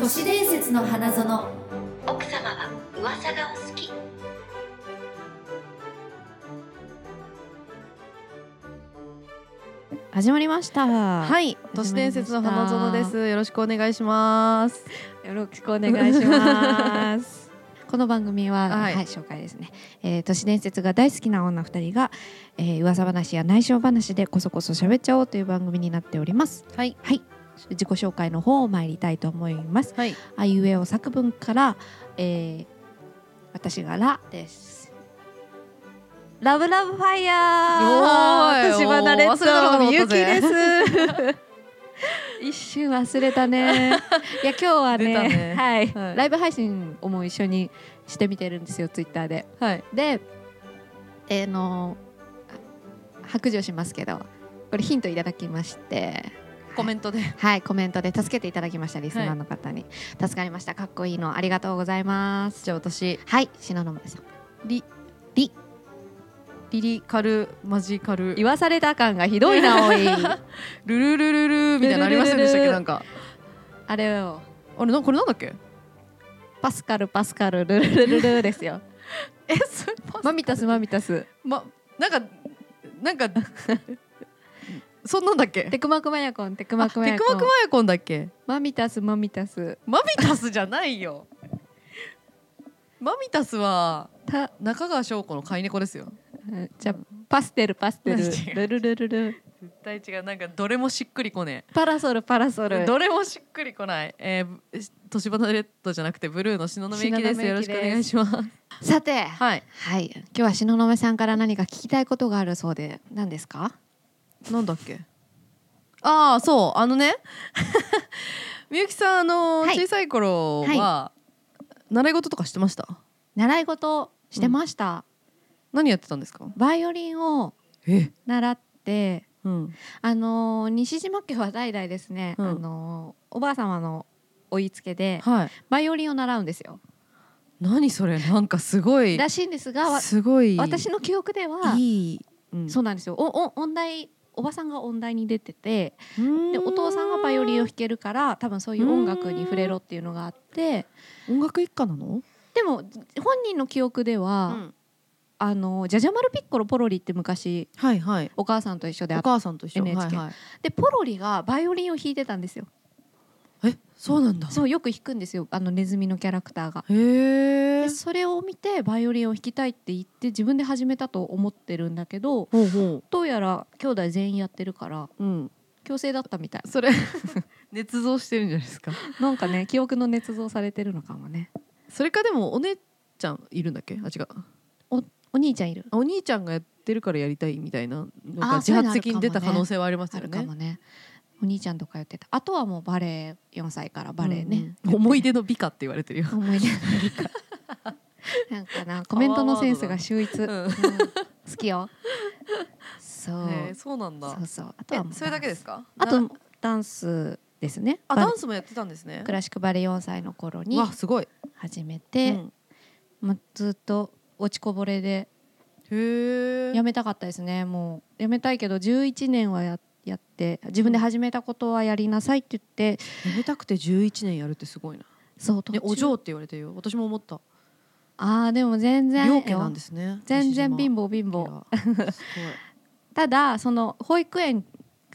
都市伝説の花園奥様は噂がお好き始まりました。はい。はい、都市伝説の始まり花ました園です。よろしくお願いします。よろしくお願いし ます。 この番組は、は、はいい紹介ですね、えー都市伝説が大好きな女二人が、えー、噂話や内緒話でこそこそ喋っちゃおうという番組になっております。はい、自己紹介の方を参りたいと思います。はい、あいうえお作文から、えー、私がらです。ラブラブファイヤ ー。おーい私離れおー忘れたのかと思ったゆきぜです。一瞬忘れたね。い や今日は出たねねはい、はいライブ配信をもう一緒にしてみてるんですよツイッターで。はい、で、えーの白状しますけど、これヒントいただきまして。 コメントで。はい、コメントで助けていただきましたリスナーの方に、助かりましたかっこいいのありがとうございますじゃあ私、はい篠野さんリ、リ、リリカルマジカル、言わされた感がひどいなお いルルルルルみたいなのありませんでしたルルルルっけルなんか。あれをあれなこれなんだっけ？パスカルパスカルルルルルル ですよえ、それパマミタスマミタスま、なんかなんかそんなんだっけ？テクマクマヤコンテクマクマあヤテコクンマクマヤコンだっけ？マミタスマミタスマミタスじゃないよ。マミタスはた中川翔子の飼い猫ですよ。うんじゃあパステルパステルマジルルルルル絶対違う。なんかどれもしっくりこねえ。パラソルパラソルどれもしっくりこない。えー、し年花レッドじゃなくてブルーの篠宮駅で東す。雲よ駅でろしすくお願いします。さてはい、はい。今日は篠野さんから何か聞きたいことがあるそうで何ですかなんだっけ。ああ、そう。あのね、 みゆきさんあの、はい小さい頃は、習い事とかしてました。習い事してました、何やってたんですか。バイオリンをえ、習ってうん。あのー西島家は代々ですね、うんあのーおばあ様の追いつけではい。バイオリンを習うんですよ何それ。なんかすごい。らしいんですがわすごい。私の記憶では、いい。うんそうなんですよおお音大おばさんが音大に出ててうーんでお父さんがバイオリンを弾けるから多分そういう音楽に触れろっていうのがあって音楽一家なの？でも本人の記憶では、あのージャジャマルピッコロポロリって昔はいはい。お母さんと一緒であっお母さんと一緒。 NHK はいでポロリがバイオリンを弾いてたんですよはい。え、そうなんだ。そうよく弾くんですよあのネズミのキャラクターが。へえで。それを見てバイオリンを弾きたいって言って自分で始めたと思ってるんだけどほうほどうやら兄弟全員やってるからう。うん。強制だったみたいそれ 捏造してるんじゃないですかなんかね記 憶の捏造されてるのかもねそれかでもお姉ちゃんいるんだっけあ違うお兄ちゃんいるあお兄ちゃんがやってるからやりたいみたいなのあがー自発的にそうい出うのあるかもねた可能性はありますあよるねかもねお兄ちゃんとか言ってたあとはもうバレエ4歳からバレエね、うん思い出の美化って言われてるよ、思 い出のいいかなんかなコメントのセンスが秀逸、んうん好きよそう、へーそうなんだそうそうあとえはもうそれだけですかあなとダンスですねあバレダンスもやってたんですねクラシックバレエ4歳の頃にわすごい、始めうて、んまあ、ずっと落ちこぼれでへえやめたかったですねもうやめたいけど11年はややって自分で始めたことはやりなさいって言って、めたくて11年やるってすごいな、そう途ね中、お嬢って言われてるよ私も思ったあーでも全然両家なんですね全然貧乏乏貧乏すただその保育園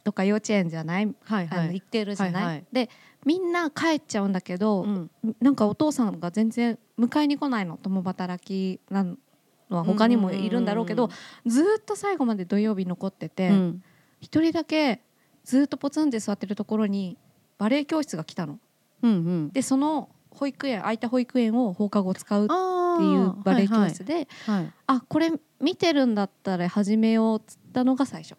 とか幼稚園じゃない、ごい はいあはのい行ってるじゃない、はいはいでみんな帰っちゃうんだけど、んなんかお父さんが全然迎えに来ないの共働きなのは他にもいるんだろうけど、うんうんずーっと最後まで土曜日残っててうん一、人だけずーっとポツンって座ってるところにバレエ教室が来たの。うんうんでその保育園空いた保育園を放課後使うっあていーうバレエ教室で、はいはいあこれ見てるんだったら始めようっつったのが最初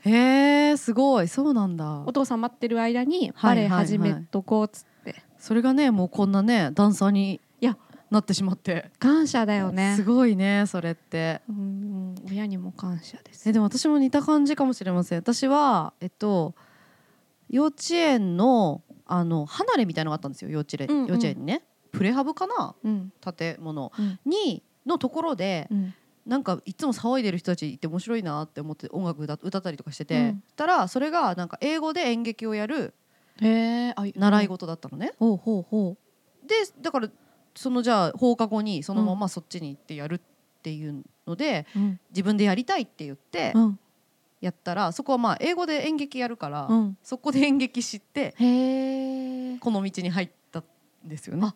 へえすごいそうなんだお父さん待ってる間にはバいレエ始めとこうっつって、それがねもうこんなねダンサーにいやなってしまって、感謝だよねすごいねそれってうんうん親にも感謝ですえでも私も似た感じかもしれません私はえっと幼稚園のあの離れみたいのがあったんですよ幼稚園、うんうん幼稚園にねプレハブかなうん建物うんにのところでうんなんかいつも騒いでる人たちいて面白いなって思って音楽歌歌ったりとかしてて、うんしたらそれがなんか英語で演劇をやるへえあ習い事だったのね。ほうほうほでだからそのじゃあ放課後にそのままそっちに行ってやるっていうので、ううん自分でやりたいって言ってうんやったら、そこはまあ英語で演劇やるから、うんそこで演劇知ってへえこの道に入ったんですよね。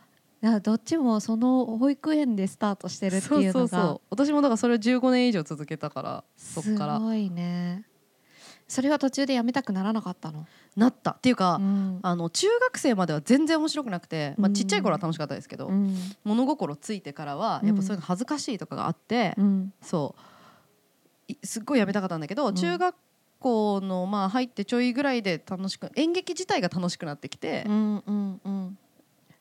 どっちもその保育園でスタートしてるっていうのがう私もだからそれを15年以上続けたからそっすからごいねそれは途中でやめたくならなかったの、なったっていうか、うんあの中学生までは全然面白くなくて、まあ、うんちっちゃい頃は楽しかったですけど、うん物心ついてからはうんやっぱそういうの恥ずかしいとかがあって、うんそういすっごいやめたかったんだけど、うん中学校のまあ入ってちょいぐらいで楽しく演劇自体が楽しくなってきて、うっんうんうん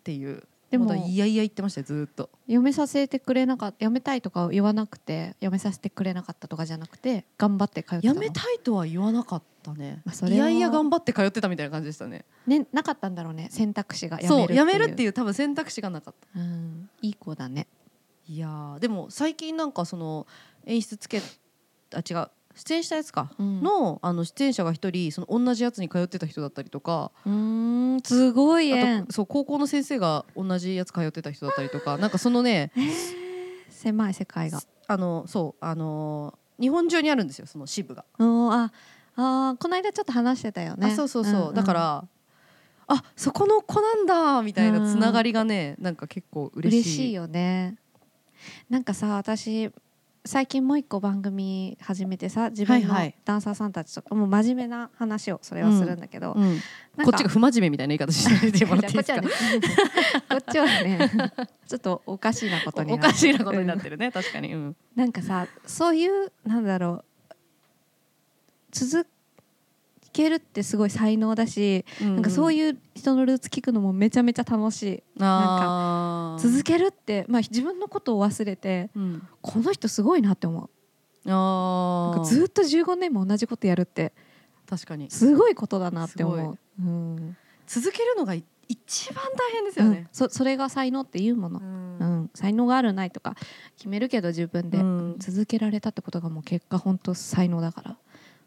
ていうでもだからいやいや言ってましたよずーっと辞めさせてくれなかった辞めたいとか言わなくて辞めさせてくれなかったとかじゃなくて頑張って通ってたやのめたいとは言わなかったねまあそれいはやいや頑張って通ってたみたいな感じでしたねねなかったんだろうね選択肢が辞めるそうやめるっていう、いう多分選択肢がなかったうん、いい子だねいやーでも最近なんかその演出つけあ違う出演したやつか、うんのあの出演者が一人その同じやつに通ってた人だったりとかうーんすごいあ縁とそう高校の先生が同じやつ通ってた人だったりと かなんかそのね狭い世界があのそうあのー日本中にあるんですよその支部が、うんああーこの間ちょっと話してたよねあそうそうそう、んんだからあそこの子なんだみたいなつながりがね、なんか結構嬉し嬉いしいよねなんかさ私最近もう一個番組始めてさ自分はいはのいダンサーさんたちとかもう真面目な話をそれはするんだけど、うんなんこかっちが不真面目みたいな言い方しないでもらっていいで じすかゃあこっちは ねこっちはねちょっとおかしいなことになおかしいなことになってるね、 確かに、うん、うんなんかさそういうなんだろう続けるってすごい才能だし、なんかそういいう人のルーツ聞くのもめちゃめちゃ楽しいうなん続けるって、まあ、自分のことを忘れてうん、この人すごいなって思うあなんかーずっと15年も同じことやるって確かにすごいことだなって思すごう、うん続けるのがい一番大変ですようんね。そそれが才能っていうものう、んうん才能があるないとか決めるけど自分で、うん続けられたってことがもう結果本当才能だから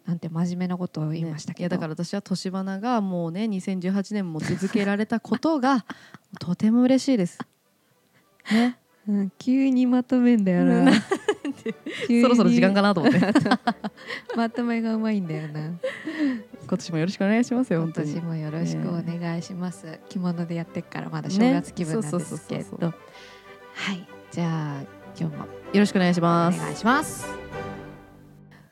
なんて真面目なことを言いましたねいけやど、だから私は年花がもうね2018年も続けられたことがとても嬉しいです。ね、うん急にまとめんだよ なそろそろ時間かななと思って。まとめがうまいんだよな今年もよろしくお願いしますよ本今当に年。もよろしくお願いします、着物でやってっからまだ正月気分なんですけねそうそうそうそどうはいじゃあ今日もよろしくお願いしおます。願いします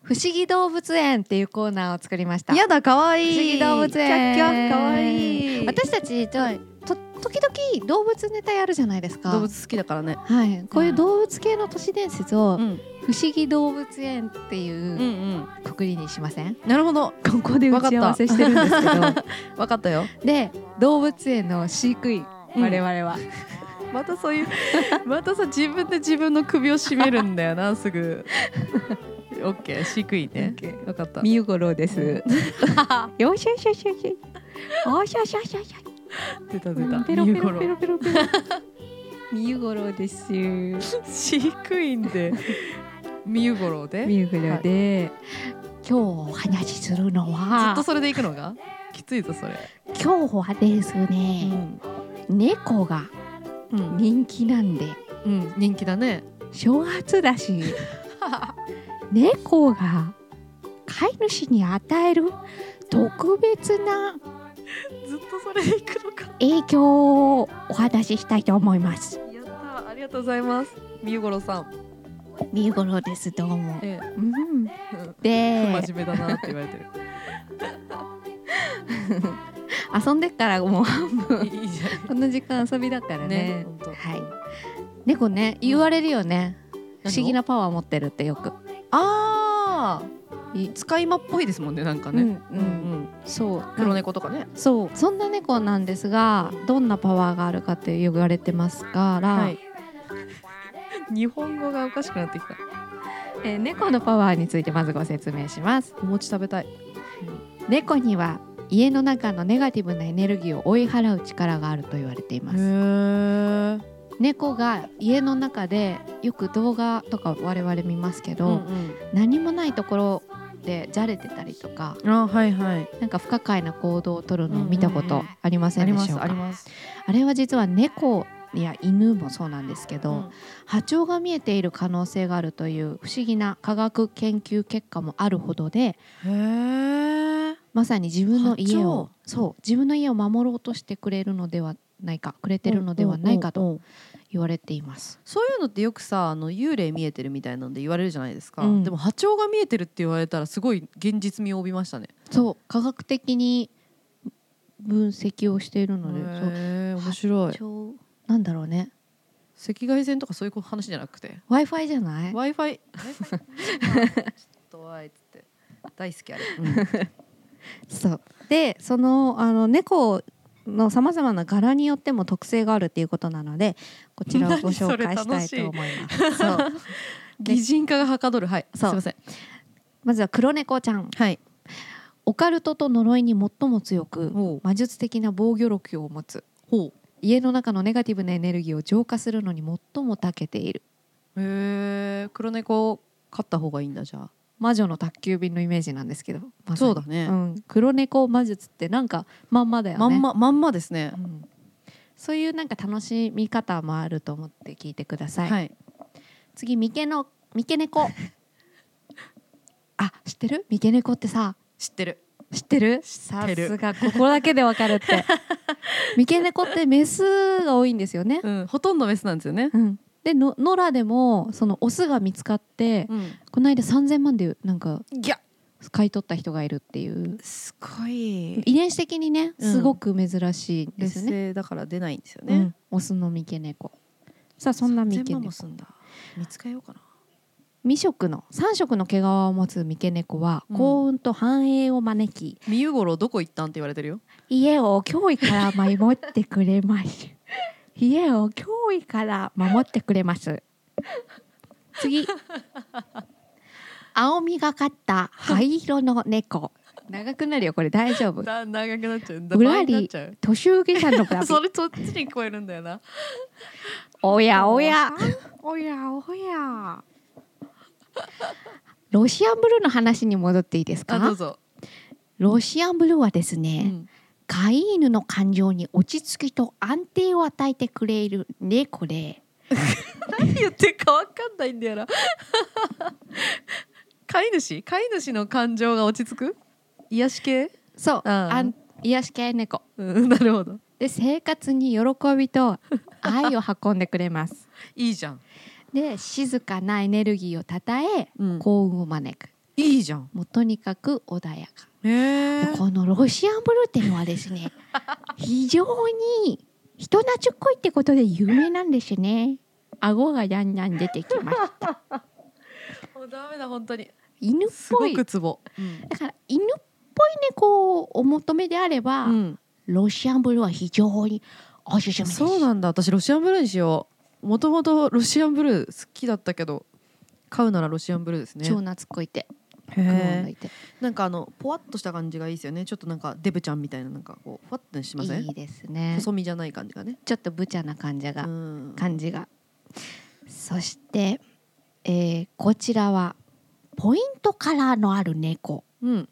不思議動物園っていうコーナーを作りましたやだ可不愛い思議動物園キャッキャ可愛い。私たちちょ、はいと時々動物ネタやるじゃないですか動物好きだからね。はい、こういう動物系の都市伝説をうん不思議動物園ってうんいううん。くくりにしません、なるほど ここで打ち合わせしてるんですけ ど分かったよ。で動物園の飼育員うん我々は、またそういうまたさ自分で自分の首を絞めるんだよなすぐオッケー飼育員ね分かったゆごろです。 よしよしよしよし。おしよしよしよし。出た出たペロペ見ロ頃ペロペロ ペロ。みゆごろです。み飼育員 でミユゴロウでずゆごろで、今日お話しするのっはとそれで行くのがきついぞそれ今日はですうね、ん猫がうん、人気なんでうん、人気だね正月だ し猫が飼い主に与える特別なずっとそれで行くのか影響をお話ししたいと思います。やったーありがとうございますミユゴロウさん、みゆごろです。どうも。えうんえうんで 真面目だなって言われてる遊んでっからもういいじゃこの時間遊びだからんねねほんとはい猫ね言われるよね、何を不思議なパワー持ってるってよく、あー使い魔っぽいですもんねなんかうんうね、うんんそう黒猫とかね、そうそんな猫なんですがどんなパワーがあるかってよく言われてますから、はい。 日本語がおかしくなってきた。えー猫のパワーについてまずご説明しますお餅食べたい。猫には家の中のネガティブなエネルギーを追い払う力があると言われていますえ。猫が家の中でよく動画とか我々見ますけど、うんうん。何もないところってじゃれてたりとかあはいはいなんか不可解な行動をとるのを見たことありませあんりでましょすうか、ありますあれは実は猫や犬もそうなんですけど、うん波長が見えている可能性があるという不思議な科学研究結果もあるほどでへえまさに自分の家を波そう自分の家を守ろうとしてくれるのではないかくれてるのではないかと言われています。そういうのってよくさあの幽霊見えてるみたいなんで言われるじゃないですか、うんでも波長が見えてるって言われたらすごい現実味を帯びましたねそう科学的に分析をしているのでそうへえ面白いちょうなんだろうね赤外線とかそういう話じゃなくて w i f i じゃない w i f i ちょっと怖いっつって大好きあれ、うんそうでそのあの猫のさまざまな柄によっても特性があるっていうことなのでこちらをご紹介したいと思います。そう 擬人化がはかどるはいすいそうませんまずは黒猫ちゃんはいオカルトと呪いに最も強くほう魔術的な防御力を持つほ家の中のネガティブなエネルギーを浄化するのに最も長けているうへえ黒猫飼った方がいいんだじゃあ魔女の宅急便のイメージなんですけど、まさにそうだねうん、黒猫魔術ってなんかまんまだよねまんままんまですねうんそういうなんか楽しみ方もあると思って聞いてください、はい次三毛の三毛 猫あ知ってる三毛猫ってさ知ってる知ってるってるさすがここだけでわかるって 三毛猫ってメスが多いんですよね、うんほとんどメスなんですよねうん、での野良でもそのオスが見つかって、うんこの間3,000万でなんかいや買い取った人がいるっていうすごい遺伝子的にねうんすごく珍しいで劣すね,、勢だから出ないんですようね、んオスの三毛猫さあそんな三毛3000万猫もすんだ見つかようかな未食の3色の毛皮を持つ三毛猫はうん幸運と繁栄を招き、三ユゴロどこ行ったんって言われてるよ家を脅威から守ってくれます 家を脅威から守ってくれます次青みがかった灰色の猫長くなるよこれ大丈 夫だ長くなっちゃうだうらり倍になっちゃう年上げ者の それそっちに聞こえるんだよなおやおやおやおやロシアンブルーの話に戻っていいですあどうかぞ、ロシアンブルーはですね、うん飼い犬の感情に落ち着きと安定を与えてくれる猫で何言ってるかわかんないんだよな 飼い主飼い主の感情が落ち着く癒し系、そう、ああん癒し系猫うん、なるほどで生活に喜びと愛を運んでくれます いいじゃん、で静かなエネルギーをたたえうん、幸運を招くいいじゃんもうとにかく穏やかへえでこのロシアンブルーっていうのはです ね非常に人懐っこいってことで有名なんですね顎がやんやん出てきま したもうダメだ本当に犬っすぽごいくツボ、うんだから犬っぽい猫をお求めであれば、うん、ロシアンブルーは非常におすすめですそうなんだ私ロシアンブルーにしようもともとロシアンブルー好きだったけど飼うならロシアンブルーですね超懐っこいてへ雲をえ抜いてなんかあのポワッとした感じがいいですよねちょっとなんかデブちゃんみたいななんかこうふわってしませんいいですね細身じゃない感じがねちょっとブチャな感じが、うん感じがそして、えーこちらはポイントカラーのある猫うん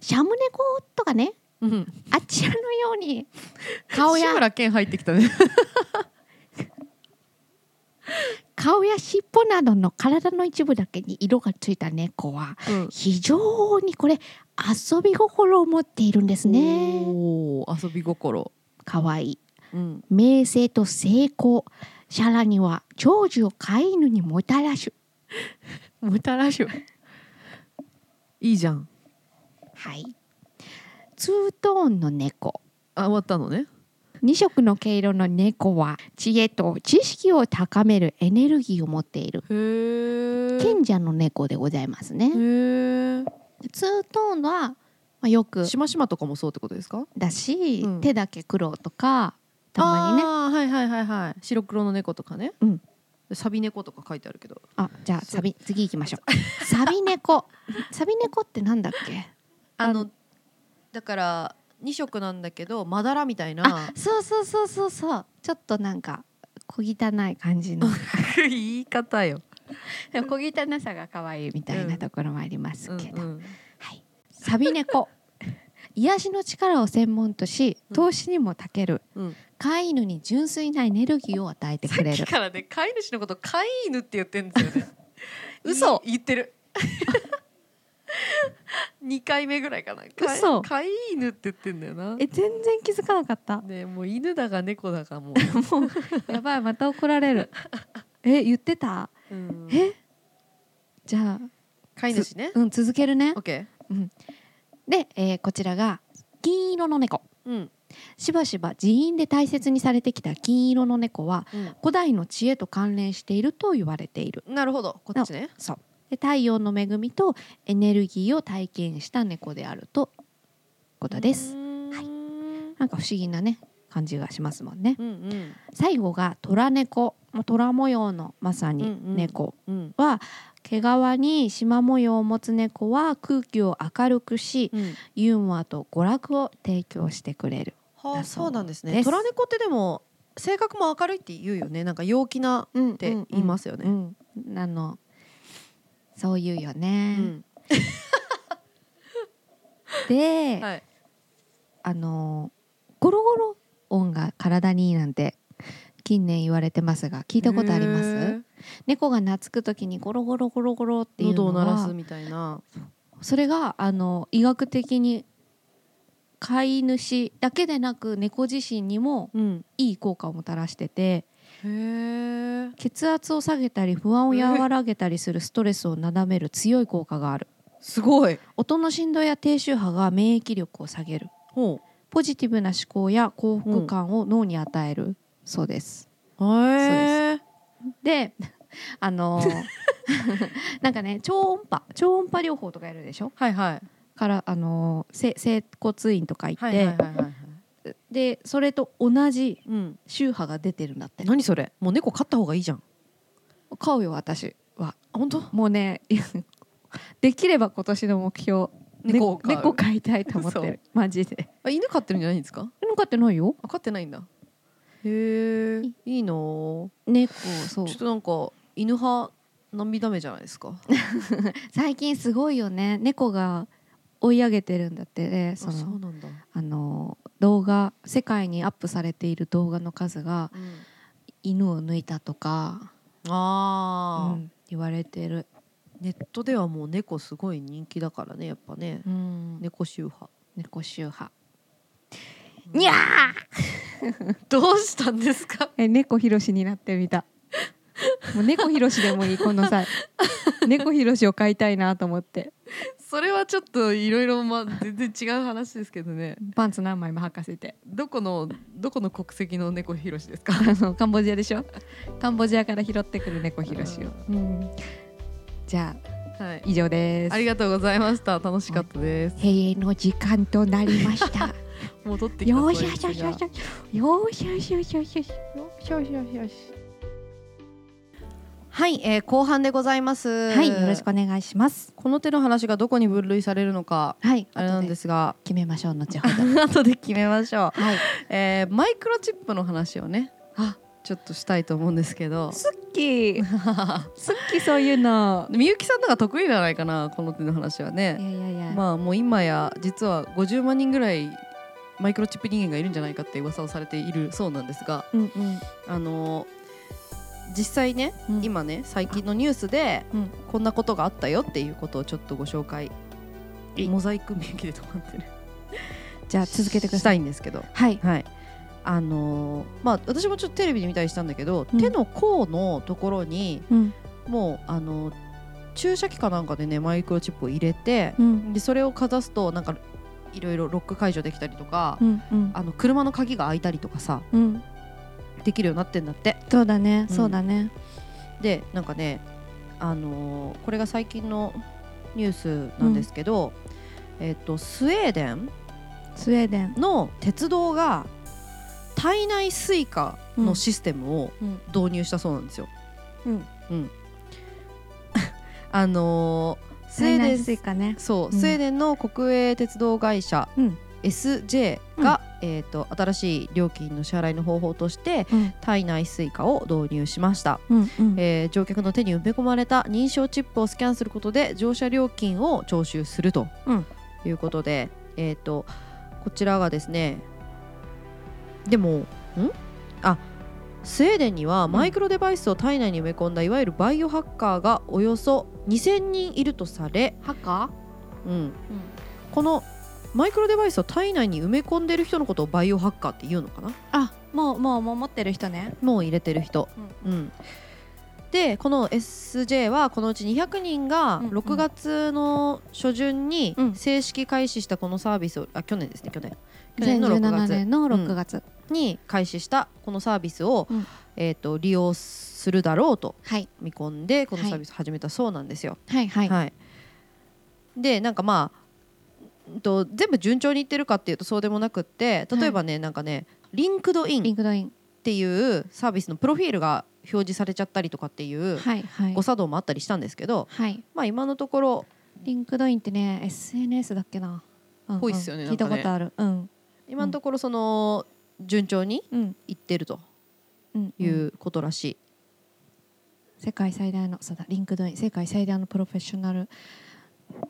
シャム猫とかねうんあちらのように顔や志村けん入ってきたね顔や尻尾などの体の一部だけに色がついた猫はうん非常にこれ遊び心を持っているんですねおー遊び心かわいいうん名声と成功さらには長寿を飼い犬にもたらすもたらしゅいいじゃんはいツートーンの猫あ終わったのね2色の毛色の猫は知恵と知識を高めるエネルギーを持っているへえ賢者の猫でございますねへツートーンは、まあ、よえくしましまとかもそうってことですかだし、うん手だけ黒とかたまにねあーはいはいはいはい白黒の猫とかね、うんでサビ猫とか書いてあるけどあ、じゃあサビ次行きましょう。サビ猫。 サビ猫ってなんだっけ？あのだから2色なんだけどまだらみたいあな、そうそうそうそうそう。ちょっとなんか小汚い感じの 言い方よ、小汚さが可愛いみたいなところもありますけど、うんうんサビ 猫癒しの力を専門としうん投資にもたける、うん飼い犬に純粋なエネルギーを与えてさくっれきるからね飼い主のこと飼い犬って言ってんですよね 嘘言ってる 二回目ぐらいかな飼い嘘飼い犬って言ってんだよな え全然気づかなか ったねもう犬だか猫 だかももうやばいまた怒られ るえ言ってたう、うんえじゃあ飼い主ねうん続けるねオッケで、えーこちらが金色の猫ーうんしばしば寺院で大切にされてきた金色の猫はう古代の知恵と関連していると言われているんなるほどこっちねそうで太陽の恵みとエネルギーを体験した猫であるとことですうーんはいなんか不思議なね感じがしますもんねうんうん最後が虎猫もう虎模様のまさに猫、うんは毛皮に縞模様を持つ猫は空気を明るくしうんユーモアと娯楽を提供してくれるはあだそうそうなんですねです虎猫ってでも性格も明るいって言うよねなんか陽気なっって言いますすよね、ね。うんあのそういうようね。ん で、はいあのゴロゴロ音が体にいいなんて近年言われてますが聞いたことありまへすー猫が懐く時にゴロゴロゴロゴロっていう喉のを鳴らはすみたいなそれがあの医学的に飼い主だけでなく猫自身にもうんいい効果をもたらしててへえ血圧を下げたり不安を和らげたりするストレスをなだめる強い効果があるすごい音の振動や低周波が免疫力を下げるほポジティブな思考や幸福感を脳に与える、そうですうへえで あのー なんかね超音波超音波療法とかやるでしょはいはいからあのーせ整骨院とか行って、はいはいはいはいはいでそれと同じうん周波が出てるんだって何それもう猫飼った方がいいじゃん買うよ私は本当もうね できれば今年の目標猫を飼う猫飼いたいと思ってるマジであ犬飼ってるんじゃないんですか犬飼ってないよあ飼ってないんだへえいいなあ猫そうちょっとなんか犬派涙目じゃないですか最近すごいよね猫が追い上げてるんだってねその そうなんだ、あの動画世界にアップされている動画の数が犬を抜いたとか、うああ、ん、言われてる、ネットではもう猫すごい人気だからねやっぱね、うん、猫宗派猫宗派にゃーどうしたんですか え猫ひろしになってみたもう猫ひろしでもいいこの 際猫ひろしを飼いたいなと思ってそれはちょっといろいろま全然違う話ですけどねパンツ何枚も履かせてどこのどこの国籍の猫ひろしですか あのカンボジアでしょカンボジアから拾ってくる猫ひろしを、うん、じゃあはい以上ですありがとうございました楽しかったです、閉園の時間となりました。戻ってきたよそうーですしがよしよしよしよしよしよしよしよしよしよしよしよし。はい、えー、後半でございますはい、よろしくお願いします。この手の話がどこに分類されるのかはい、。あれなんですすが 決めましょう後ほど。 後で決めましょう、はい。えーマイクロチップの話をねあちょっとしたいと思うんですけどすっき ー、すっきーそういうの。みゆきさんのが得意じゃないかなこの手の話はいねやいやいや。まあもう今や実は50万人ぐらいマイクロチップ人間がいるんじゃないかって噂をされているそうなんですがうんうんあのー実際ね、うん今ね最近のニュースで、うんこんなことがあったよっていうことをちょっとご紹介モザイクみゆきで止まってるじゃあ続けてくだしたさい。いんですけどはい。はい、あのーまあ私もちょっとテレビで見たりしたんだけど、うん手の甲のところにうんもうあのー注射器かなんかでねマイクロチップを入れて、うんでそれをかざすとなんかいろいろロック解除できたりとか、うんうんあの車の鍵が開いたりとかさうん。できるようになってんだってそうだねうんそうだね。でなんかねあのーこれが最近のニュースなんですけど、えっとスウェーデンスウェーデン。の鉄道が体内スイカのシステムをうん導入したそうなんですよ。うんうん、 あのースウェー体デ内ンスイカね。そう、うんスウェーデンの国営鉄道会社、うん SJ が、えー、と新しい料金の支払いの方法としてうん体内スイカを導入しました。うんうん。えー乗客の手に埋め込まれた認証チップをスキャンすることで乗車料金を徴収するとうんいうことで、えー、とこちらがですねでもんあスウェーデンにはマイクロデバイスを体内に埋め込んだいわゆるバイオハッカーがおよそ2,000人いるとされ、ハッカうん、このマイクロデバイスを体内に埋め込んでる人のことをバイオハッカーって言うのかなーあもうもうもう持ってる人ねもう入れてる人、うんでこの SJ はこのうち200人がうんうん6月の初旬にうん正式開始したこのサービスをあ去年ですね去年去年の6 2017月年のうん6月、に開始したこのサービスを、うんえー、と利用するだろうとはい見込んでこのサービスを始めたそうなんですよ。はいはいはい、でなんかまあうんと全部順調にいってるかっていうとそうでもなくって例えばね、なんかねリンクドインリンクドインっていうサービスのプロフィールが表示されちゃったりとかっていうはいはい誤作動もあったりしたんですけど、はいまあ今のところリンクドインってね SNS だっけなうんうんぽいっすよね聞いたこなんかねとあるうん今のところその順調にうんいってるとうんいうんうことらしい。世界最大のそうだリンクドイン世界最大のプロフェッショナル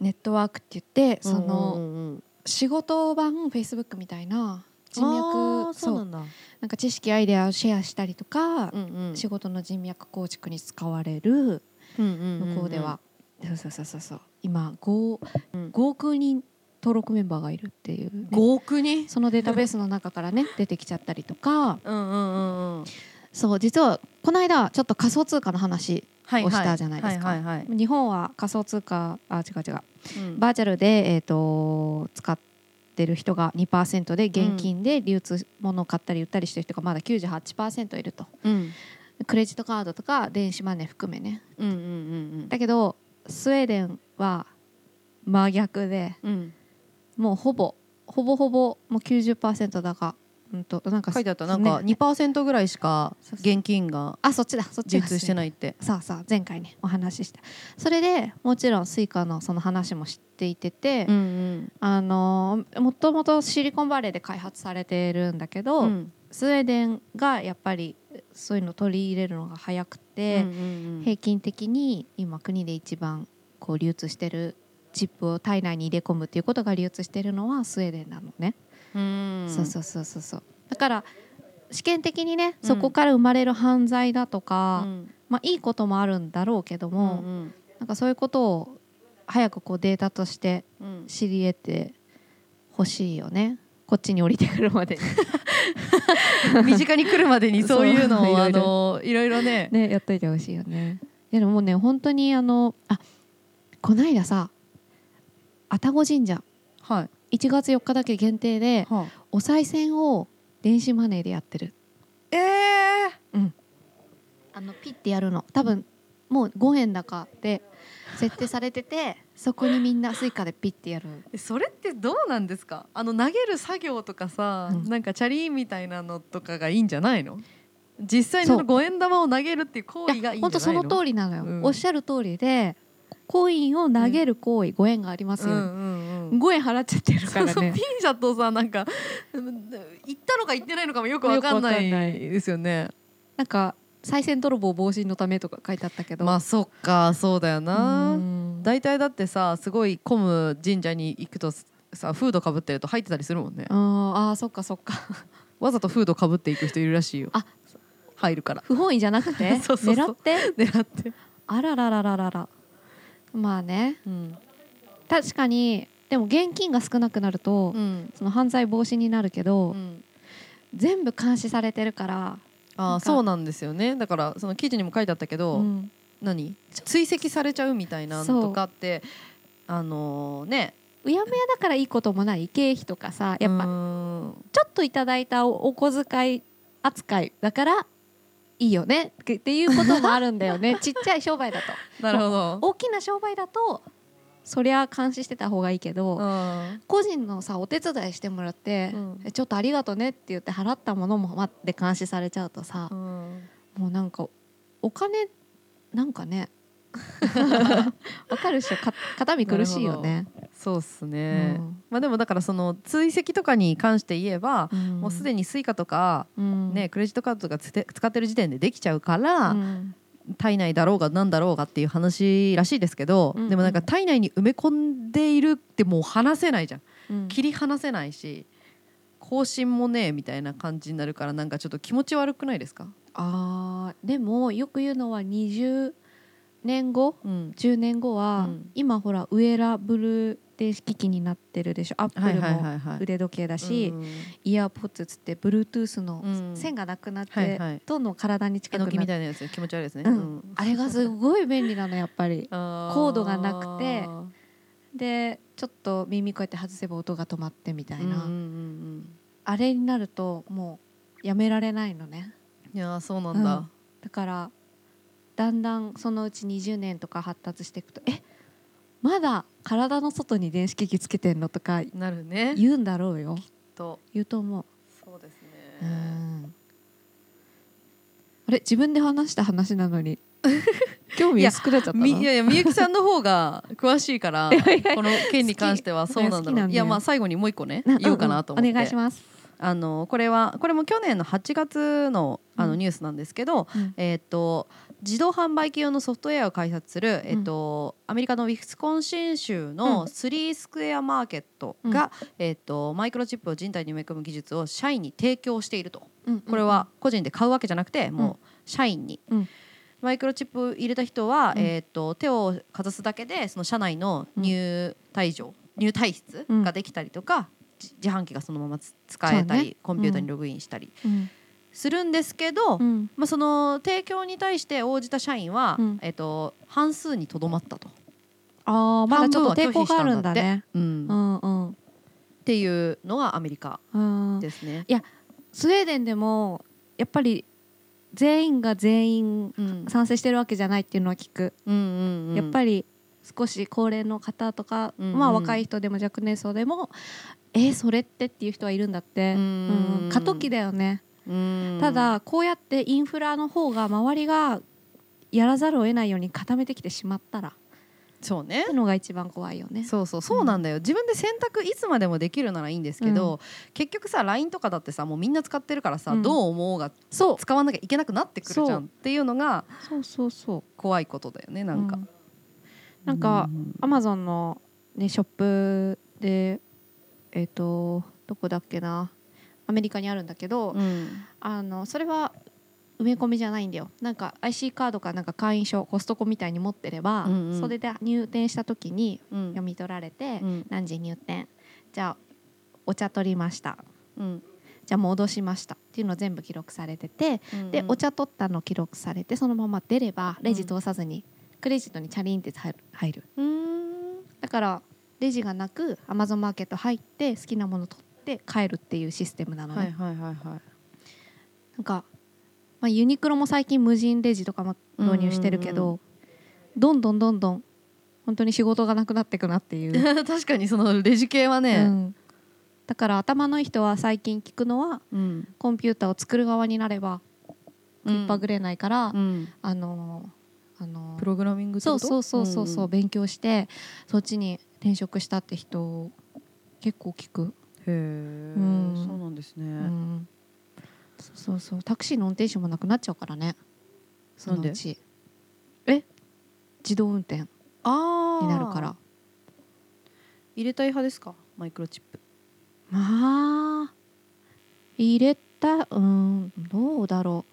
ネットワークって言ってそうんのうんうん仕事版 Facebook みたいな人あー脈そそうなうんだ。なんか知識やアイデアをシェアしたりとかうんうん仕事の人脈構築に使われる向向こうでは、そうそうそうそうそう今 5, うん5億人登録メンバーがいるっていうね、 5億人そのデータベースの中からね出てきちゃったりとかうんうんうんうんそう実はこの間ちょっと仮想通貨の話はい押したじゃないですかはいはいはい日本は仮想通貨あ違う違ううんバーチャルで、えー、と使ってる人が2%で現金で流通物を買ったり売ったりしてる人がまだ98%いるとうんクレジットカードとか電子マネー含めねうんうんだけどスウェーデンは真逆でうんうんもうほぼほぼほぼもう90%だがうんとなんか書いてあったなんかね2%ぐらいしかそうそう現金があそっちだそっち流が通してないってそうそう前回ねお話ししたそれでもちろんスイカのその話も知っていてて、うんあのもともとシリコンバレーで開発されてるんだけど、うんうんスウェーデンがやっぱりそういうの取り入れるのが早くうんうて、ん平均的に今国で一番こう流通してるチップを体内に入れ込むっていうことが流通してるのはスウェーデンなのね、うんそうそうそうそうそうだから試験的にね、うんそこから生まれる犯罪だとか、うんまあいいこともあるんだろうけどうも、んなんかそういうことを早くこうデータとしてうん知り得てほしいよねこっちに降りてくるまでに 身近に来るまでにそうそ ういうのをあいろいのいろいろね ねやっといてほしいよねいやでもね本当にあのあこないださ愛宕神社はい1月4日だけ限定ではお賽銭を電子マネーでやってるええあのピッてやるの多分もう5円だかで設定されててそこにみんなスイカでピッてやるえそれってどうなんですかあの投げる作業とかさ、うんなんかチャリーみたいなのとかがいいんじゃないの実際のそう五円玉を投げるっていう行為いがやいいんじゃないの本当その通りなのよ、うんおっしゃる通りでコインを投げる行為、ご縁がありますうよ、んうんうん5円払っちゃってるかそうらそうねピンシャとさなんかうん行ったのか行ってないのかもよくわかんなよくわかんないいですよね。なんか再銭泥棒防止のためとか書いてあったけどまあそっかそうだよう。なん大体だってさすごい混む神社に行くとさフードかぶってると入ってたりするもんね。ああそっかそ っかわざとフードかぶっていく人いるらしいよ。あ入るから不本意じゃなくて そうそうそ狙うって狙って。あららららららまあねうん確かにでも現金が少なくなると、うんその犯罪防止になるけど、うん全部監視されてるから、あなあんかそうなんですよねだからその記事にも書いてあったけど、うん何追跡されちゃうみたいなのとかってあのーねうやむやだからいいこともない経費とかさやっぱうーんちょっといただいたお小遣い扱いだからいいよねっていうこともあるんだよ ねちっちゃい商売だとなるほど。大きな商売だとそりゃ監視してた方がいいけど、うん個人のさお手伝いしてもらって、うんえちょっとありがとねって言って払ったものも待って監視されちゃうとさ、もうなんかお金なんか ねわかるっしょか肩身苦しいよね。そうっすね、まあでもだからその追跡とかに関して言えば、もうすでに、にスイカとか、うんね、クレジットカードとかつて使ってる時点でできちゃうから、うん体内だろうがなんだろうがっていう話らしいですけど、うんうんでもなんか体内に埋め込んでいるってもう話せないじゃんうん切り離せないし更新もねえみたいな感じになるからなんかちょっと気持ち悪くないですか、あーでもよく言うのは20年後うん、 10年後は、うん今ほらウェアラブルで機器になってるでしょアップはいルはいもはいはい腕時計だし、うんイヤーポッツつって Bluetooth のうん線がなくなって、はいはいどんどん体にえ近くなのっきてみたいなやつ気持ち悪いですね、うんあれがすごい便利 なのやっぱりココードがなくてでちょっと耳こうやって外せば音が止まってみたいな、あれになるともうやめられないのねいやーそうなんだ、うんだからだんだんそのうち20年とか発達していくとえまだ体の外に電子機器つけてんのとかなるね言うんだろうよと言うと思うそうですうねんあれ自分で話した話なのに 興味いや薄くなっちゃったのみいやいやみゆきさんの方が詳しいから この件に関しては好きそうなんだ好きろなうんだよいやまあ最後にもう一個ね言おうかなと思って、んんお願いしますあのこれはこれも去年の8月のあのうんニュースなんですけど、うんえーっと自動販売機用のソフトウェアを開発する、えーっとアメリカのウィスコンシン州うのんスリースクエアマーケットが、えーっとマイクロチップを人体に埋め込む技術を社員に提供しているとこれは個人で買うわけじゃなくてもう社員に。うんマイクロチップ入れた人は、うんえーっと手をかざすだけでその社内の入退場、入退室うんができたりとか、じ自販機がそのままつ使えたそうり、ねコンピューターにログインしたりうんするんですけど、うんまあ、その提供に対して応じた社員は、うんえーっと半数にとどまったと、ああまだちょっと抵抗があるんだ半ねうんうっんうんていうのがアメリカうんですね。スウェーデンでもやっぱり全員が全員うん賛成してるわけじゃないっていうのは聞く、やっりぱり少し高齢の方とか、うんまうあん若い人でも若年層でもえーそれってっていう人はいるんだって、うんうん過渡期だよね、うんただこうやってインフラの方が周りがやらざるを得ないように固めてきてしまったらっそうねてのが一番怖いよね。そうそうそうなんだよ、自分で選択いつまでもできるならいいんですけど、結局さ LINE とかだってさもうみんな使ってるからさ、うんどう思おうがそう使わなきゃいけなくなってくるじゃそんうっていうのがそうそうそう怖いことだよねなんか、うなんかアマゾンの、ね、ショップでえっ、とどこだっけなアメリカにあるんだけど、うんあのそれは埋め込みじゃないんだよなんか IC カードかなんか会員証コストコみたいに持ってれば、うんうんそれで入店した時にうん読み取られて、うん何時入店じゃあお茶取りましたうんじゃあ戻しましたっていうの全部記録されてて、うんでお茶取ったの記録されてそのまま出ればレジ通さずに、クレジットにチャリンって入る入るうんだからレジがなくアマゾンマーケット入って好きなもの取って帰るっていうシステムなのね、はいはいはい はいなんか、まあ、ユニクロも最近無人レジとかも導入してるけど、うんうんどんどんどんどん本当に仕事がなくなっていくなって いう、確かにそのレジ系はうね、んだから頭のいい人は最近聞くのはうんコンピューターを作る側になればうん引っぱぐれないから、うんあのーあのープログラミングってそこうとそうそうそうそう、ん勉強してそっちに転職したって人結構聞く、へえ、うんそうなんですね、うんそうそうそうタクシーの運転手もなくなっちゃうからねそのうちえ自動運転ああになるから入れたい派ですかマイクロチップまあ入れたうーんどうだろ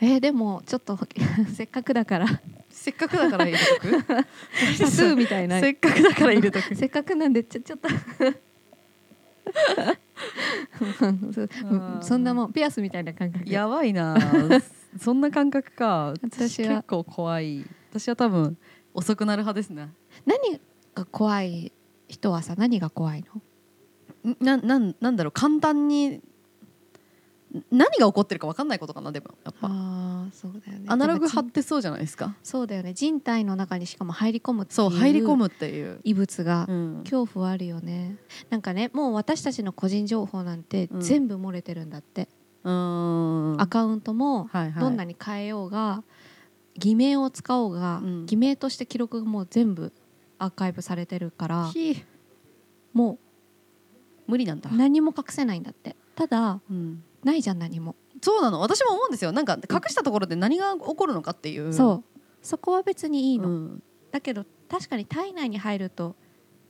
うえーでもちょっと せっかくだからせっかくだから入れとく 多数みたいなせっかくだから入れとくせっかくなんでちょちょ っとそうーそんなもんピアスみたいな感覚 やばいな そんな感覚か私は結構怖い私は多分遅くなる派ですね何が怖い人はさ何が怖いのんななんなんだろう簡単にん何が起こってるか分かんないことかなでもやっぱああそうだよねアナログでも派ってそうじゃないですか人そうだよね人体の中にしかも入り込むっていうそう入り込むっていう、異物がうん、恐怖はあるよねなんかねもう私たちの個人情報なんてうん全部漏れてるんだって、うーんアカウントもはいはいどんなに変えようが、偽名を使おうが、うん偽名として記録がもう全部アーカイブされてるからひーも無理なんだ、う何も隠せないんだってただうん、ないじゃん何もそうなの私も思うんですよなんか隠したところで何が起こるのかっていうそうそこは別にいいの、うんだけど確かに体内に入ると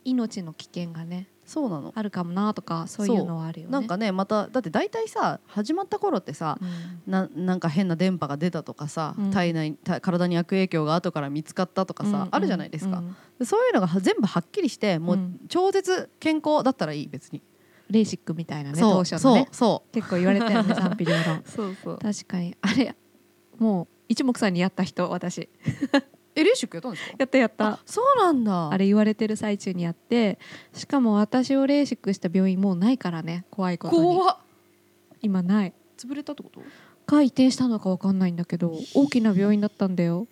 命の危険がねそうなのあるかもなとかそういうのはあるよねなんかねまただって大体さ始まった頃ってさうんななんか変な電波が出たとかさ、うん体内体体に悪影響が後から見つかったとかうさ、んあるじゃないですか、うんでそういうのがは全部はっきりしてもううん超絶健康だったらいい別に、レーシックみたいなねそ当う初のねそ結構言われた よね賛否両論うそうそう確かにあれもう一目散にやった人私えレーシックやったんですかやったやっあたそうなんだあれ言われてる最中にやってしかも私をレーシックした病院もうないからね怖いことに怖っ今ない潰れたってことか移転したのかわかんないんだけど大きな病院だったんだよ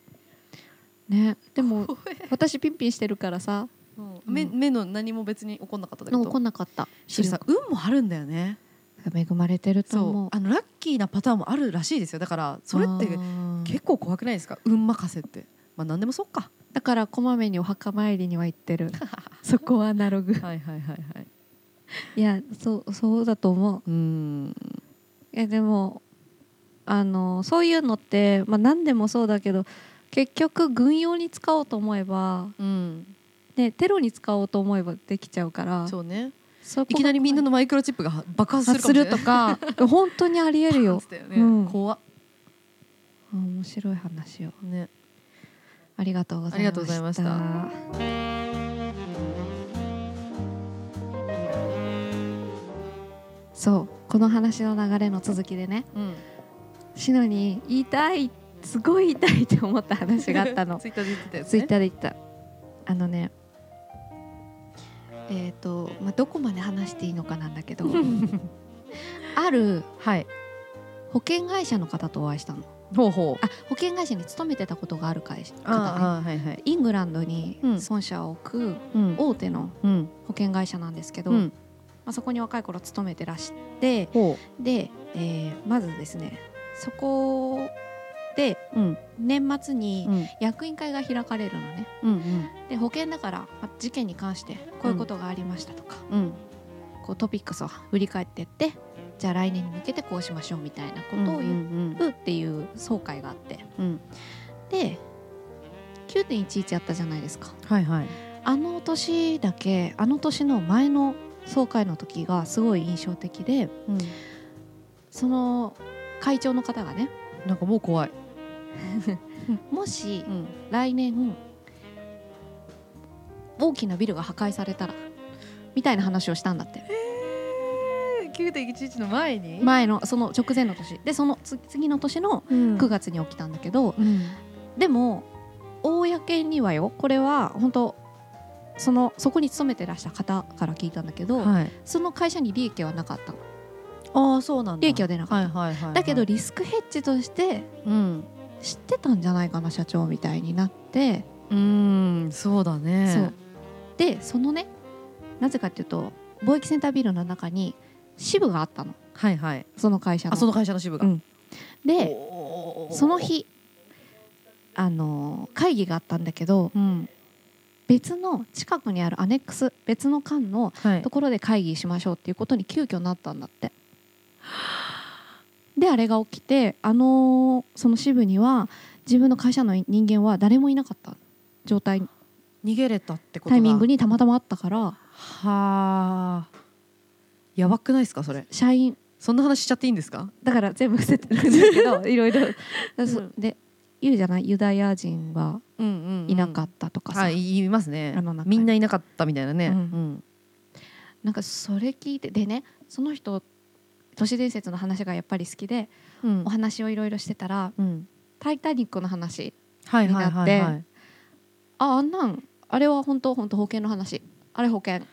ねでも私ピンピンしてるからさ目うん目の何も別に起こんなかっただけなんどか来なかったそれさ運もあるんだよね恵まれてるとそ思ううあのラッキーなパターンもあるらしいですよだからそれってあー結構怖くないですか運任せってまあ何でもそっ かだからこまめにお墓参りには行ってる そこはアナログはいはいはいはい いやそうそうだと思ううーんいやでもあのそういうのって、まあ、何でもそうだけど結局軍用に使おうと思えば、うんね、テロに使おうと思えばできちゃうからそうねそこがいきなりみんなのマイクロチップが爆発するすかもしれるないとか本当にありえるよだようねん怖っあ 面白い話をねありがとうございましたありがとうございましたそうこの話の流れの続きでねうんシノに言いたいすごい言いたいって思った話があった のツイッターで言ってたやつツイッーターで言ったあのねえっ、と、まあ、どこまで話していいのかなんだ けどあるはい保険会社の方とお会いしたのほうほうあ保険会社に勤めてたことがある会社方ねああはいはいイングランドにうん本社を置くうん大手のうん保険会社なんですけど、うんまあ、そこに若い頃勤めてらしてほで、えーまずですねそこでううん年末うにん役員会が開かれるのねうんで保険だから、まあ事件に関してこういうことがありましたとか、うんこうトピックスを振り返ってってじゃあ来年に向けてこうしましょうみたいなことを言んうっていう総会があってうんで9.11あったじゃないですかはいはいあの年だけあの年の前の総会の時がすごい印象的でうんその会長の方がねなんかもう怖いもしうん来年大きなビルが破壊されたらみたいな話をしたんだって9.11の前に前のその直前の年でそのつ次の年の9月に起きたんだけど、でも公にはよこれは本当そのそこに勤めてらした方から聞いたんだけど、はいその会社に利益はなかったのああそうなんだ利益は出なかった、はいはいはいはいだけどリスクヘッジとしてうん知ってたんじゃないかな社長みたいになって、うーんそうだねそうでそのねなぜかっていうと貿易センタービルの中に支部があったのはいはいその会社のあその会社の支部がうんでおーその日あのー会議があったんだけどうん別の近くにあるアネックス別の館のはいところで会議しましょうっていうことに急遽なったんだって。であれが起きてあのーその支部には自分の会社の人間は誰もいなかった状態逃げれたってことだタイミングにたまたまあったからはあやばくないですかそれ社員そんな話しちゃっていいんですかだから全部伏せてるんですけ どいろいろ、んそで言うじゃないユダヤ人はうんうんいなかったとかさ、はい言いますねあの中にみんないなかったみたいなねううんんなんかそれ聞いてでねその人都市伝説の話がやっぱり好きでうんお話をいろいろしてたらうん「タイタニック」の話はいはいはいにはないああんなんあれは本当本当保険の話あれ保険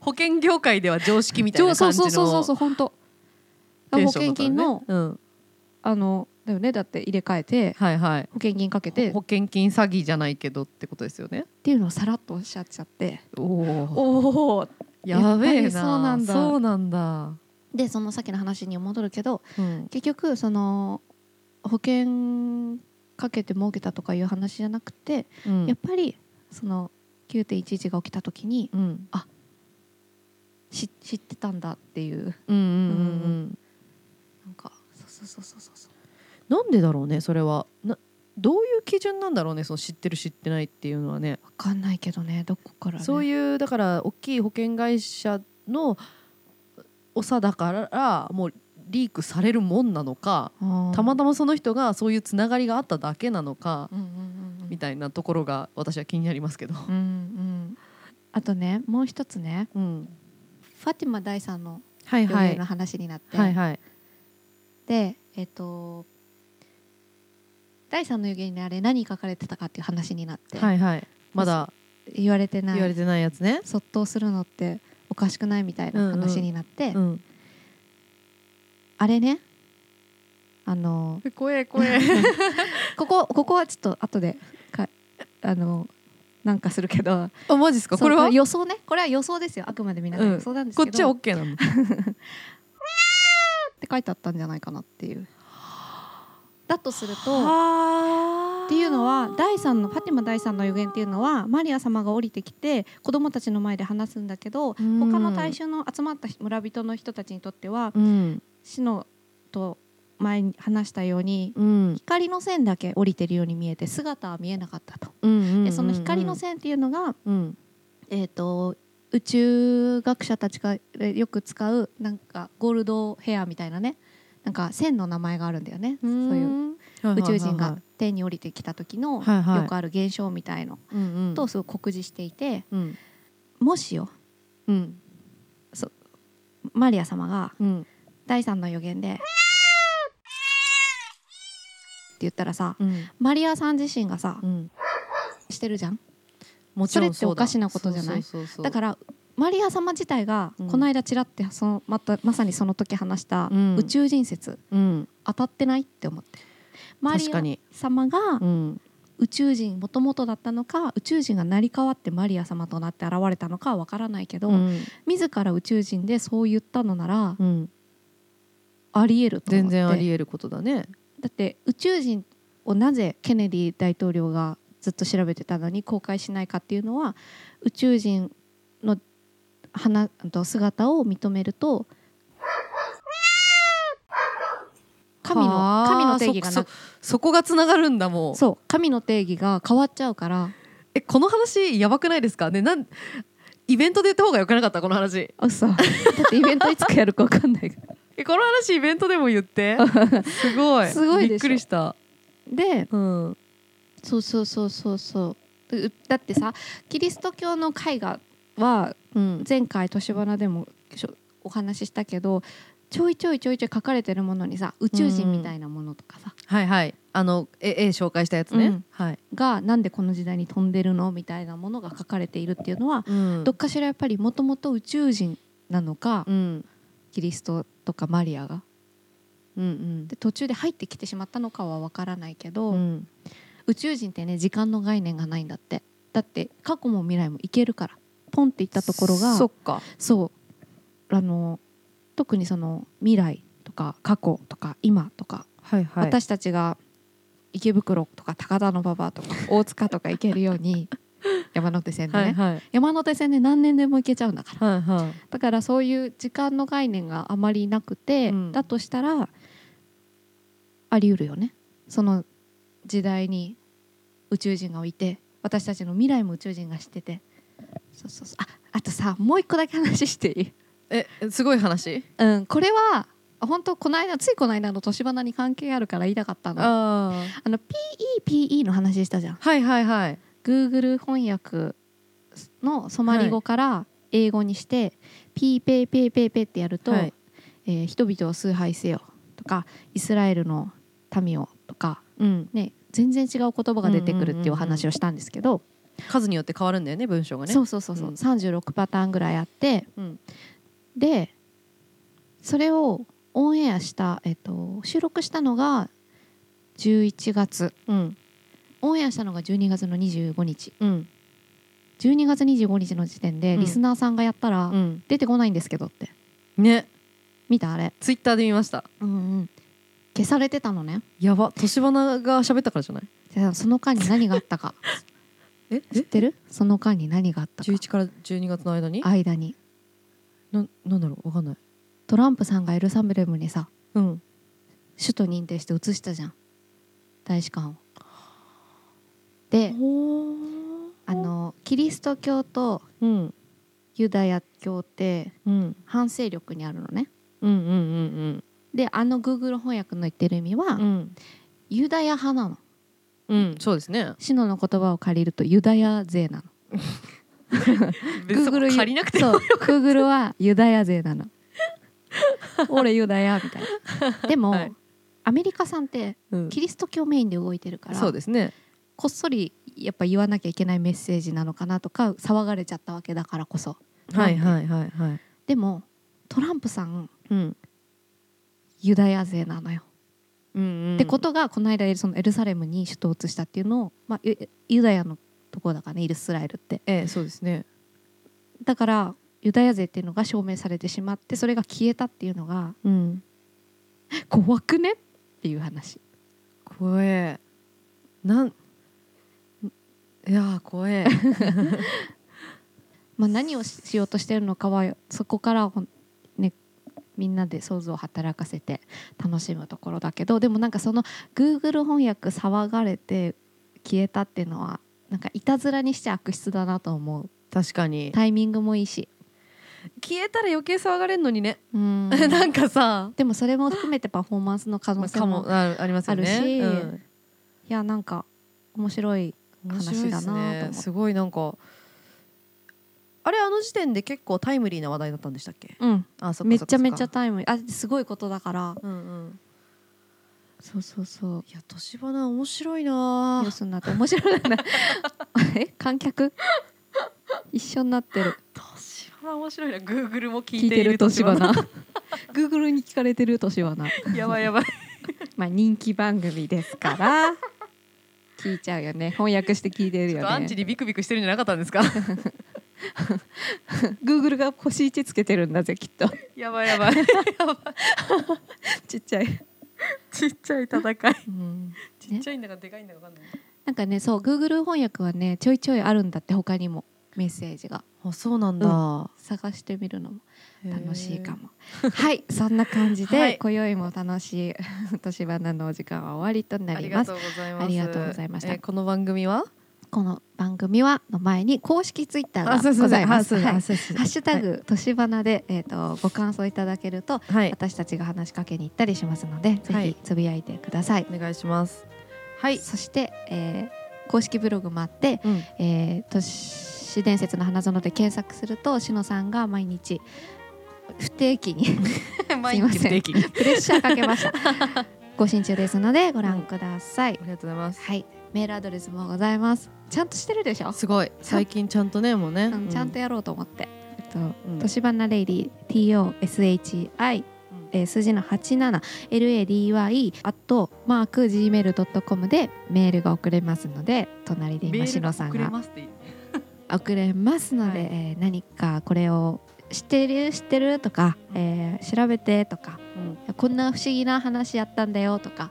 保険業界では常識みたいなそ感うじのそうそうそうそう本当テン保ショ険ンだったね金の、うんあのだよねだって入れ替えてはいはい保険金かけてっ保険金詐欺じゃないけどってことですよねていうのをさらっとおっしゃっちゃっておおおおやべやっぱえなりそうなんだそうなんだでそのさっきの話に戻るけどうん結局その保険かけて儲けたとかいう話じゃなくて、うんやっぱりその9.11が起きた時にうんし知ってたんだっていううんうんうんうんなんでだろうねそれはなどういう基準なんだろうねその知ってる知ってないっていうのはねわかんないけどねどこから、ね、そうういうだから大きい保険会社の長だからもうリークされるもんなのかたまたたまその人がそういうつながりがあっただけなのかうんうんうんみたいなところが私は気になりますけど。うんうんあとねもう一つねうん、ファティマ大さんのはい余裕の話になって、はいはいでえっ、と第三の予言にあれ何書かれてたかっていう話になって、はいはいまだ言われてない言われてないやつね。そっとするのっておかしくないみたいな話になって、うん、あれねあの怖え怖えここここはちょっと後でかあのなんかするけど あマジですかこれはそう予想ねこれは予想ですよあくまで皆さんうん予想なんですこけっど、ちは OK なのって書いてあったんじゃないかなっていうだとするとはっていうのは第三のファティマ第三の予言っていうのはマリア様が降りてきて子供たちの前で話すんだけど他うんの大衆の集まった村人の人たちにとってはうん死のと前に話したようにうん光の線だけ降りてるように見えて姿は見えなかったと。うんでその光の線っていうのが、うんえー、と宇宙学者たちがえよく使うなんかゴールドヘアみたいなねなんか線の名前があるんだよねそういうそう宇宙人が天に降りてきた時のよはいはいくある現象みたいのうんうんとすごい酷似していてうんもしようんマリア様がうん第三の予言で「って言ったらさうんマリアさん自身がさうんしてるじゃんもちろんそれっておかしなことじゃないだかららマリア様自体がうんこの間ちらってそのまたまさにその時話したうん宇宙人説うん当たってないって思ってマリ確かアに様がうん宇宙人もともとだったのか宇宙人が成り代わってマリア様となって現れたのかはわからないけど、うん自ら宇宙人でそう言ったのならうんありえると思って全然あり得ることだねだって宇宙人をなぜケネディ大統領がずっと調べてたのに公開しないかっていうのは宇宙人の花と姿を認めると神のはあ神の定義がなそそこがつながるんだもうそう神の定義が変わっちゃうからえこの話やばくないですかねなんイベントで言った方がよくなかったこの話あそう だってイベントいつかやるか分かんないからえこの話イベントでも言って すごいすごいびっでしょくりしたでうんそうそうそうそうそううだってさキリスト教の絵画はうん前回年花でもしょお話ししたけどちょいちょいちょいちょい書かれてるものにさ宇宙人みたいなものとかさ、はいはいあの絵絵紹介したやつね、うんはい、がなんでこの時代に飛んでるのみたいなものが書かれているっていうのは、うんどっかしらやっぱりもともと宇宙人なのか、うんキリストとかマリアがうんうんで途中で入ってきてしまったのかはわからないけど、うん宇宙人ってね時間の概念がないんだってだって過去も未来もいけるからポンっていったところがそっかそうあの特にその未来とか過去とか今とか、はいはい私たちが池袋とか高田馬場とか大塚とか行けるよう に山手線でね、はいはい山手線で何年でも行けちゃうんだからはいはだからそういう時間の概念があまりなくて、うんだとしたらあり得るよねその時代に宇宙人がいて私たちの未来も宇宙人が知っててそうそうそうああとさもう一個だけ話していいいえすごい話うん、これは本当この間ついこの間の年花に関係あるから言いたかったのあああの PEPE の話したじゃんはいはいはい Google 翻訳のソマリ語から英語にして、ピーペーペーペーペーってやると、はいえー人々を崇拝せよとかイスラエルの民をとか、うんね、全然違う言葉が出てくるっていうお話をしたんですけど、数によって変わるんだよね文章がねそううそうそうそう、ん36パターンぐらいあって、うんでそれをオンエアした、えっと、収録したのが11月うんオンエアしたのが12月の25日うん12月25日の時点でうんリスナーさんがやったらうん出てこないんですけどってね見たあれ、ツイッターで見ました消されてたのねやば年花が喋ったからじゃないじゃあその間に何があったか え知ってるその間に何があったか11から12月の間に間にななんだろうわかんないトランプさんがエルサレムにさうん首都認定して移したじゃん大使館を。であのキリスト教とうんユダヤ教ってうん反勢力にあるのね。うんうんうんであの Google 翻訳の言ってる意味は、うんうんユダヤ派なの。うんそうですねシノの言葉を借りるとユダヤ勢なの。別に Google 借りなくてもそう Google はユダヤ勢な の。俺ユダヤみたいな。でも、はいアメリカさんってうんキリスト教メインで動いてるから、そうですねこっそりやっぱ言わなきゃいけないメッセージなのかなとか騒がれちゃったわけだからこそ。はいはいはいはいでもトランプさんうんユダヤ勢なのよ。うんうんってことがこの間そのエルサレムに首都を移したっていうのを、まあ、ユユダヤのところだからねイルスラエルってええそうですねだからユダヤ勢っていうのが証明されてしまってそれが消えたっていうのがうん怖くねっていう話怖えなんいやー怖えまあ、何をししようとしてるのかはそこからほんね、みんなで想像を働かせて楽しむところだけどでもなんかその Google 翻訳騒がれて消えたっていうのはなんかいたずらにして悪質だなと思う確かにタイミングもいいし消えたら余計騒がれんのにねうん なんかさでもそれも含めてパフォーマンスの可ま能あ性かも,、もあありますよねあるしうんいやなんか面白い面白い話ですだなと思ねうすごいなんかあれあの時点で結構タイムリーな話題だったんでしたっけうんあそっかめそちかゃそっかめちゃタイムリーあすごいことだからうんうんそうそうそういや年花面白いなニュースになって面白い なえ観客一緒になってる年花面白いなグーグルも聞聞いてる年花 Google に聞かれてる年花やばい やばいまあ人気番組ですから聞いちゃうよね翻訳して聞いてるちょっとよアンねチにビクビクしてるんじゃなかったんですか Google が星1つけてるんだぜきっと やばいやばいやばいちっちゃい、ちっちゃい戦いうんちっちゃいんだかでかいんだかわかんないなんかねそう Google 翻訳はねちょいちょいあるんだって他にもメッセージがあそうなんだ探してみるのも楽しいかもはいそんな感じで、はい今宵も楽しい 年花のお時間は終わりとなありりがますとうございますありがとうございましたえーこの番組はこの番組はの前に公式ツイッターがございますはいハッシュタグ年花で、えっ、とご感想いただけるとはい私たちが話しかけに行ったりしますので、ぜはいひつぶやいてください、お願いしますはいそして、えー公式ブログもあって うんえー都市伝説の花園で検索するとしのさんが毎日不定期に毎日不定期にプレッシャーかけました 更新中ですのでご覧ください、ありがとうございますはいメールアドレスもございますちゃんとしてるでしょ、すごい最近ちゃんとねもうねうん、ちゃんとややろうと思って、えっとうんとしばなレイリー TOSHI えー数字の 87LADY あとマーク Gmail.com でメールが送れますので隣でメ今ーしルがのさん送れがますっていい送れますので、はいえー何かこれを知ってる知ってるとか、えー調べてとかこんな不思議な話やったんだよとか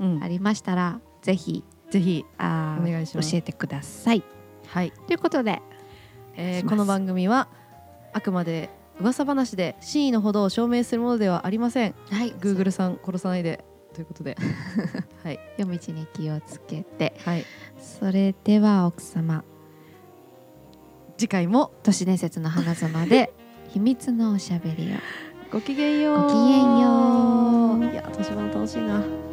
うんうんありましたらぜひぜひあーお願いします教えてください。はいということでしえーますこの番組はあくまで噂話で真意のほどを証明するものではありませんはい Google さん殺さないでということ ではい夜道に気をつけてはいそれでは奥様次回も都市伝説の花園で秘密のおしゃべりを。ごきげんようごきげんよういや年番楽しいな